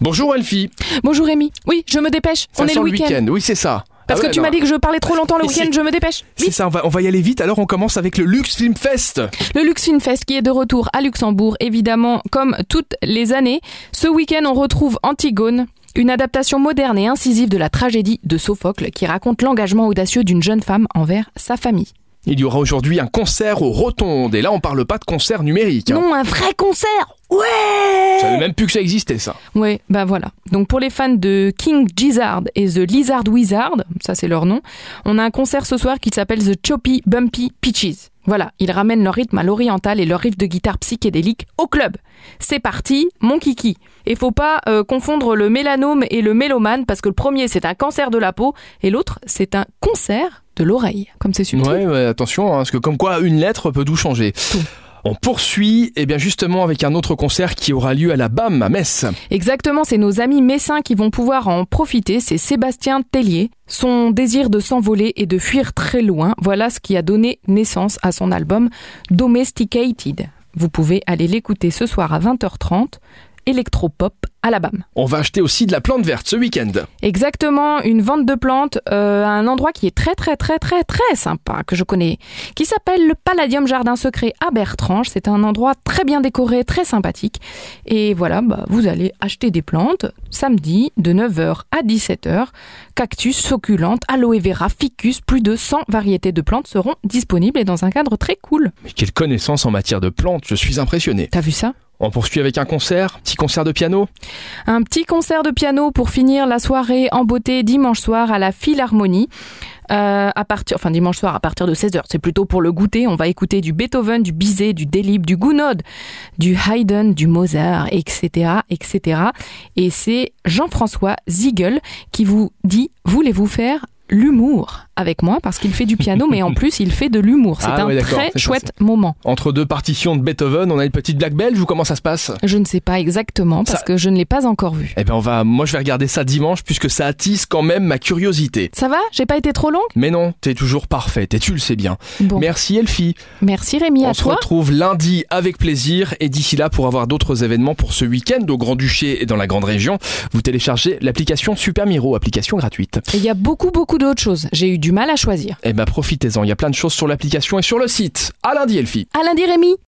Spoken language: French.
Bonjour Elfie. Bonjour Rémi. Oui, je me dépêche. Ça on est sent le le week-end. week-end. Oui, c'est ça. Parce Ah ouais, que tu non. m'as dit que je parlais trop longtemps le Ici. week-end, je me dépêche. C'est ça, on va, on va y aller vite. Alors on commence avec le Lux Film Fest. Le Lux Film Fest qui est de retour à Luxembourg, évidemment, comme toutes les années. Ce week-end, on retrouve Antigone. Une adaptation moderne et incisive de la tragédie de Sophocle qui raconte l'engagement audacieux d'une jeune femme envers sa famille. Il y aura aujourd'hui un concert aux Rotondes. Et là, on parle pas de concert numérique. hein. Non, un vrai concert Je savais même plus que ça existait, ça. Ouais, bah voilà. Donc pour les fans de King Gizzard et The Lizard Wizard, ça c'est leur nom, on a un concert ce soir qui s'appelle The Choppy Bumpy Peaches. Voilà, ils ramènent leur rythme à l'oriental et leur riff de guitare psychédélique au club. C'est parti, mon kiki. Et faut pas euh, confondre le mélanome et le mélomane parce que le premier c'est un cancer de la peau et l'autre c'est un concert de l'oreille. Comme c'est subtil. Ouais, ouais, attention, hein, parce que comme quoi une lettre peut tout changer. Tout. On poursuit, et bien justement avec un autre concert qui aura lieu à la BAM à Metz. Exactement, c'est nos amis messins qui vont pouvoir en profiter, c'est Sébastien Tellier. Son désir de s'envoler et de fuir très loin, voilà ce qui a donné naissance à son album Domesticated. Vous pouvez aller l'écouter ce soir à 20h30, Electropop Alabama. On va acheter aussi de la plante verte ce week-end. Exactement, une vente de plantes euh, à un endroit qui est très très très très très sympa, que je connais, qui s'appelle le Palladium Jardin Secret à Bertrange. C'est un endroit très bien décoré, très sympathique. Et voilà, bah, vous allez acheter des plantes samedi de 9h à 17h. Cactus, succulentes, aloe vera, ficus, plus de 100 variétés de plantes seront disponibles et dans un cadre très cool. Mais quelle connaissance en matière de plantes, je suis impressionné. T'as vu ça On poursuit avec un concert, petit concert de piano. Un petit concert de piano pour finir la soirée en beauté dimanche soir à la Philharmonie. Euh, à partir, enfin dimanche soir à partir de 16h, c'est plutôt pour le goûter. On va écouter du Beethoven, du Bizet, du Delibes, du Gounod, du Haydn, du Mozart, etc., etc. Et c'est Jean-François Ziegel qui vous dit voulez-vous faire l'humour avec moi parce qu'il fait du piano, mais en plus il fait de l'humour. C'est Ah un ouais, d'accord, très c'est ça, chouette moment. Entre deux partitions de Beethoven, on a une petite blague belge ou comment ça se passe Je ne sais pas exactement parce Ça- que je ne l'ai pas encore vu. Eh bien, on va, moi je vais regarder ça dimanche puisque ça attise quand même ma curiosité. Ça va J'ai pas été trop longue Mais non, t'es toujours parfaite et tu le sais bien. Bon. Merci Elfie. Merci Rémi, à On se toi. retrouve lundi avec plaisir et d'ici là pour avoir d'autres événements pour ce week-end au Grand-Duché et dans la Grande Région, vous téléchargez l'application Super Miro, application gratuite. Et Il y a beaucoup, beaucoup d'autres choses. J'ai eu du mal à choisir. Eh ben profitez-en, il y a plein de choses sur l'application et sur le site. À lundi Elfie. À lundi Rémi